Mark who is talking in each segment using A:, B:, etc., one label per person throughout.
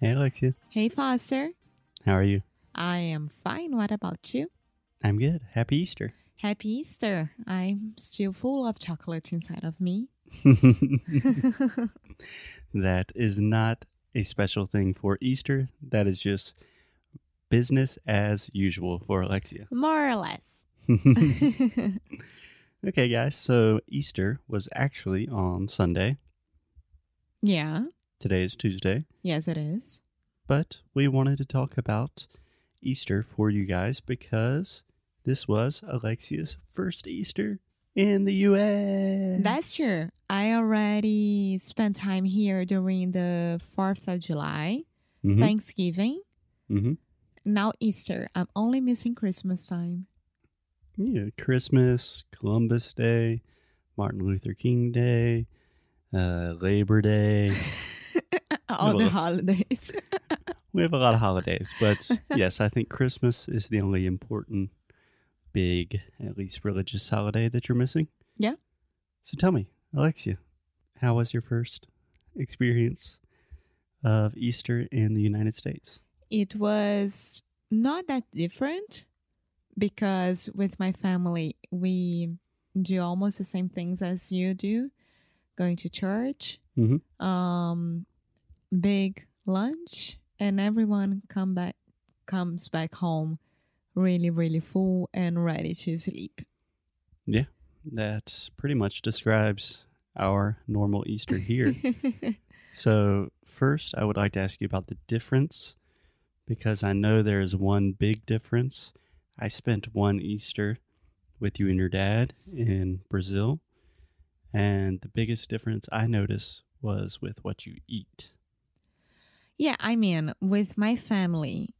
A: Hey, Alexia.
B: Hey, Foster.
A: How are you?
B: I am fine. What about you?
A: I'm good. Happy Easter.
B: Happy Easter. I'm still full of chocolate inside of me.
A: that is not a special thing for Easter. That is just business as usual for Alexia.
B: More or less.
A: okay, guys. So Easter was actually on Sunday.
B: yeah.
A: Today is Tuesday.
B: Yes, it is.
A: But we wanted to talk about Easter for you guys because this was Alexia's first Easter in the US.
B: That's true. I already spent time here during the 4th of July, Mm-hmm.
A: Mhm,
B: Thanksgiving,
A: mhm.
B: now Easter. I'm only missing Christmas time.
A: Yeah, Christmas, Columbus Day, Martin Luther King Day, uh, Labor Day.
B: All Oh, the
A: Well.
B: holidays.
A: we have a lot of holidays, but yes, I think Christmas is the only important, big, at least religious holiday that you're missing.
B: Yeah.
A: So tell me, Alexia, how was your first experience of Easter in the United States?
B: it was not that different because with my family we do almost the same things as you do going to church
A: Mhm.
B: um big lunch and everyone come back comes back home really really full and ready to sleep
A: That pretty much describes our normal Easter here. So, first, I would like to ask you about the difference because I know there is one big difference. I spent one Easter with you and your dad in Brazil, and the biggest difference I noticed was with what you eat.
B: Yeah, I mean, with my family,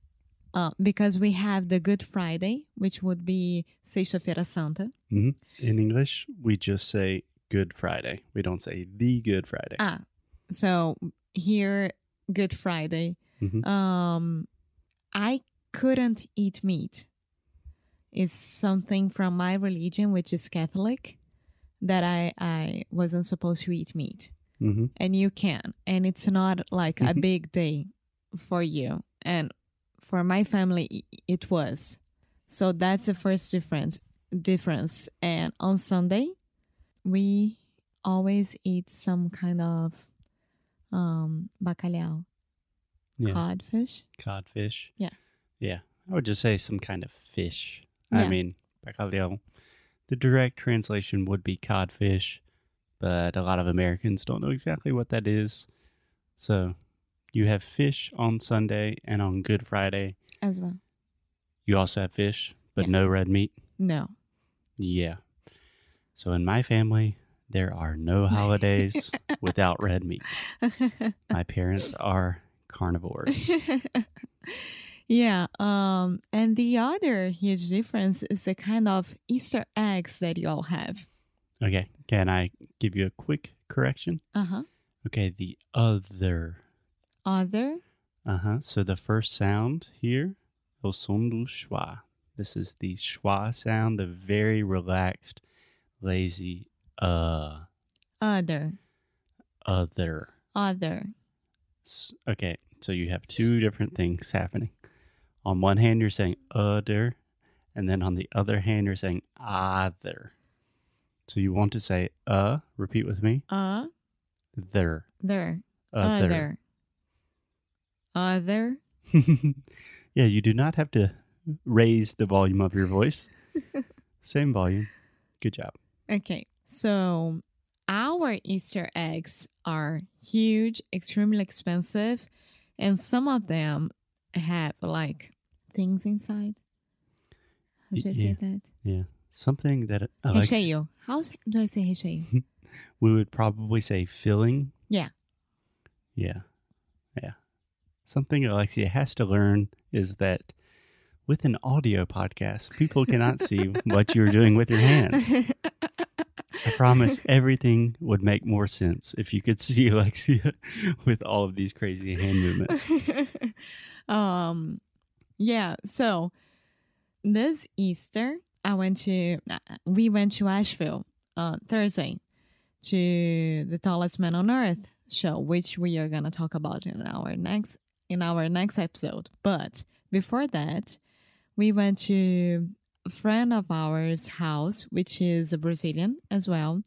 B: uh, because we have the Good Friday, which would be Sexta-feira Santa.
A: In English, we just say Good Friday, we don't say the Good Friday.
B: Ah, so here, Good Friday.
A: Mhm.
B: Um, I couldn't eat meat. It's something from my religion, which is Catholic, that I, I wasn't supposed to eat meat.
A: Mm-hmm.
B: and you can and it's not like a
A: Mhm.
B: big day for you and for my family i- it was so that's the first difference difference and on sunday we always eat some kind of um bacalhau
A: Yeah.
B: codfish
A: Codfish.
B: Yeah.
A: Yeah. I would just say some kind of fish. I
B: Yeah.
A: mean, bacalhau. The direct translation would be codfish, but a lot of Americans don't know exactly what that is. So you have fish on Sunday and on Good Friday.
B: as well
A: You also have fish, but
B: Yeah.
A: no red meat.
B: no
A: Yeah. So in my family, there are no holidays without red meat. My parents are carnivores.
B: yeah um and the other huge difference is the kind of easter eggs that you all have
A: Okay. Can I give you a quick correction?
B: uh-huh
A: Okay, the other.
B: other
A: Uh huh. So the first sound here, o som do schwa. This is the schwa sound, the very relaxed, lazy uh
B: other
A: other.
B: other
A: S- Okay, so you have two different things happening. On one hand, you're saying other, and then on the other hand, you're saying other. So you want to say uh. Repeat with me.
B: uh
A: There.
B: there
A: Other.
B: other other
A: yeah, you do not have to raise the volume of your voice. Same volume. Good job.
B: okay so our easter eggs are huge extremely expensive and some of them have like things inside how
A: Y-
B: do i
A: yeah.
B: say that
A: Something that uh, Alex,
B: recheio how s- do i say recheio
A: we would probably say filling.
B: Yeah.
A: Yeah. Yeah. Something Alexia has to learn is that with an audio podcast, people cannot see what you're doing with your hands. I promise everything would make more sense if you could see Alexia with all of these crazy hand movements.
B: um yeah so this easter i went to uh, we went to asheville on thursday to the tallest man on earth show which we are going to talk about in our next in our next episode. But before that, we went to a friend of ours' house, which is a Brazilian as well,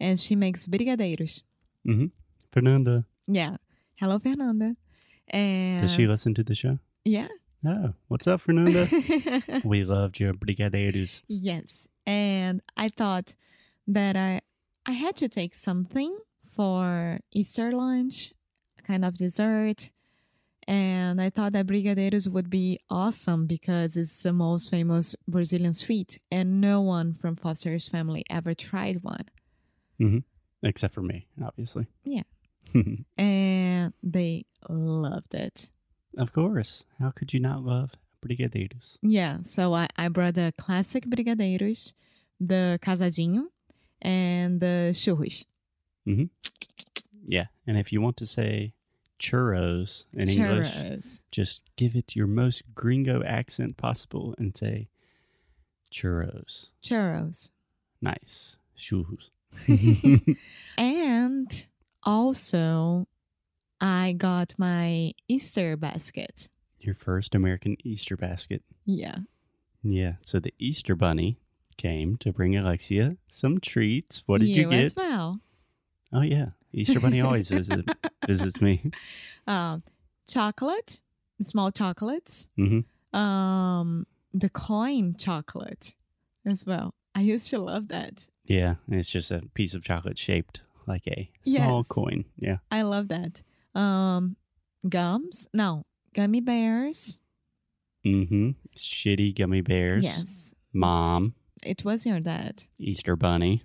B: and she makes brigadeiros.
A: Fernanda,
B: Yeah. Hello, Fernanda. And
A: does she listen to the show?
B: Yeah.
A: Oh, what's up, Fernanda? we loved your brigadeiros.
B: Yes. And I thought that I I had to take something for Easter lunch, a kind of dessert. And I thought that brigadeiros would be awesome because it's the most famous Brazilian sweet, and no one from Foster's family ever tried one.
A: except for me, obviously.
B: Yeah. And they loved it.
A: of course. How could you not love brigadeiros?
B: Yeah, so I, I brought the classic brigadeiros, the casadinho, and the churros.
A: Yeah. And if you want to say churros in English,
B: Churros.
A: just give it your most gringo accent possible and say churros.
B: Churros.
A: Nice. Churros.
B: And also, I got my Easter basket.
A: your first American Easter basket.
B: Yeah.
A: Yeah. So the Easter bunny came to bring Alexia some treats. What did you, get?
B: as well.
A: Oh, yeah. Easter bunny always visit, visits me.
B: Um, chocolate, small chocolates.
A: hmm
B: Um, the coin chocolate as well. I used to love that.
A: Yeah, and it's just a piece of chocolate shaped like a small
B: Yes.
A: coin. Yeah.
B: I love that. Um, gums? No, gummy bears.
A: Mm-hmm. Shitty gummy bears.
B: Yes,
A: Mom.
B: it was your dad.
A: Easter bunny.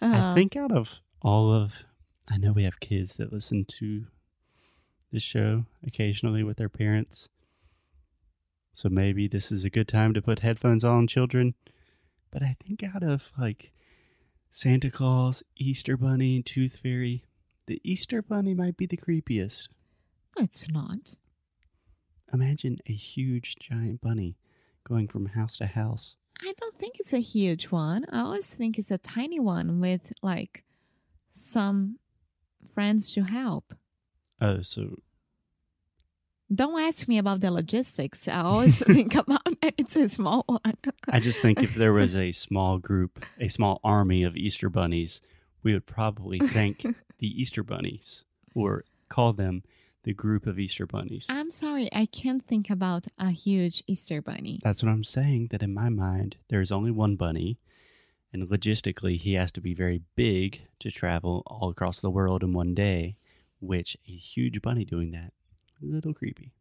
A: I
B: Uh,
A: think out of all of, I know we have kids that listen to the show occasionally with their parents. So maybe this is a good time to put headphones on, children. But I think out of like Santa Claus, Easter Bunny, Tooth Fairy, the Easter Bunny might be the creepiest.
B: no, it's not.
A: Imagine a huge giant bunny going from house to house.
B: I don't think it's a huge one. I always think it's a tiny one with like some friends to help.
A: Oh, so
B: Don't ask me about the logistics. I always think about that it's a small one.
A: I just think if there was a small group, a small army of Easter bunnies, we would probably thank the Easter bunnies or call them the group of Easter bunnies.
B: I'm sorry, I can't think about a huge Easter bunny.
A: That's what I'm saying. That in my mind, there is only one bunny, and logistically, he has to be very big to travel all across the world in one day, which a huge bunny doing that, a little creepy.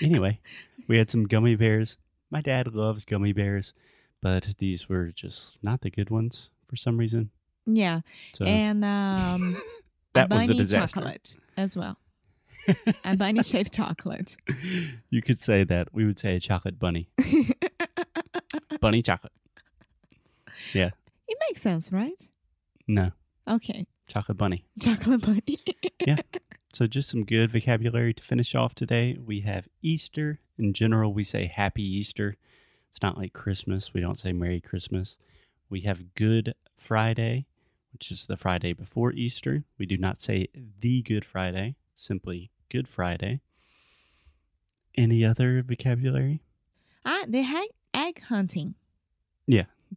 A: anyway, we had some gummy bears. My dad loves gummy bears, but these were just not the good ones for some reason.
B: Yeah,
A: So
B: and um, a
A: that was
B: bunny
A: a disaster.
B: chocolate as well. a bunny shaped chocolate.
A: You could say that. We would say a chocolate bunny. bunny chocolate.
B: It makes sense, right?
A: No,
B: Okay,
A: chocolate bunny.
B: chocolate bunny.
A: So, just some good vocabulary to finish off today. We have Easter. In general, we say Happy Easter. It's not like Christmas. We don't say Merry Christmas. We have Good Friday, which is the Friday before Easter. We do not say the Good Friday, simply Good Friday. Any other vocabulary?
B: ah, they had egg hunting.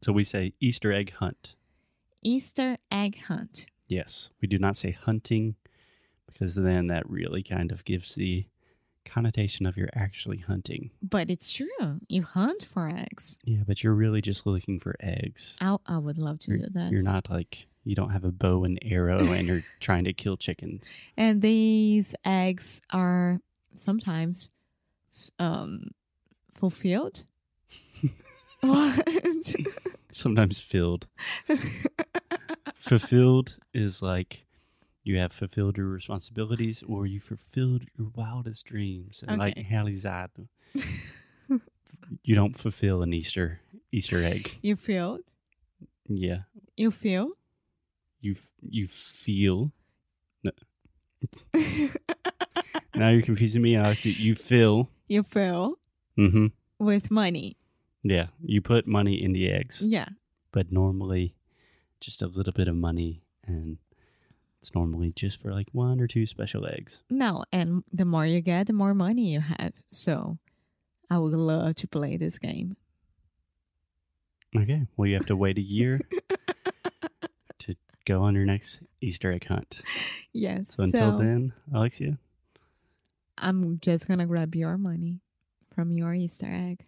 A: So, we say Easter egg hunt.
B: Easter egg hunt.
A: Yes, we do not say hunting because then that really kind of gives the connotation of you're actually hunting.
B: But it's true. You hunt for eggs.
A: Yeah, but you're really just looking for eggs.
B: I, I would love to
A: You're,
B: do that.
A: you're not like you don't have a bow and arrow and you're trying to kill chickens.
B: And these eggs are sometimes um, fulfilled. what?
A: Sometimes filled. fulfilled is like you have fulfilled your responsibilities or you fulfilled your wildest dreams. And like
B: Okay.
A: realizado. you don't fulfill an Easter Easter egg.
B: you feel?
A: Yeah.
B: You feel?
A: You f- you feel now you're confusing me, Alex. You feel.
B: you feel
A: Mm-hmm.
B: with money.
A: Yeah. You put money in the eggs.
B: Yeah.
A: but normally just a little bit of money and It's normally just for like one or two special eggs.
B: No, and the more you get, the more money you have. So I would love to play this game.
A: Okay. Well, you have to wait a year to go on your next Easter egg hunt.
B: Yes.
A: So until then, Alexia,
B: I'm just going to grab your money from your Easter egg.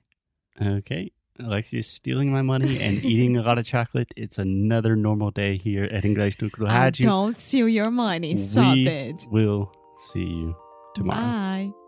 A: Okay. Alexia's stealing my money and eating a lot of chocolate. It's another normal day here at Inglés do
B: I
A: Cruhaju.
B: don't steal your money. Stop
A: We
B: it.
A: We'll see you tomorrow.
B: Bye.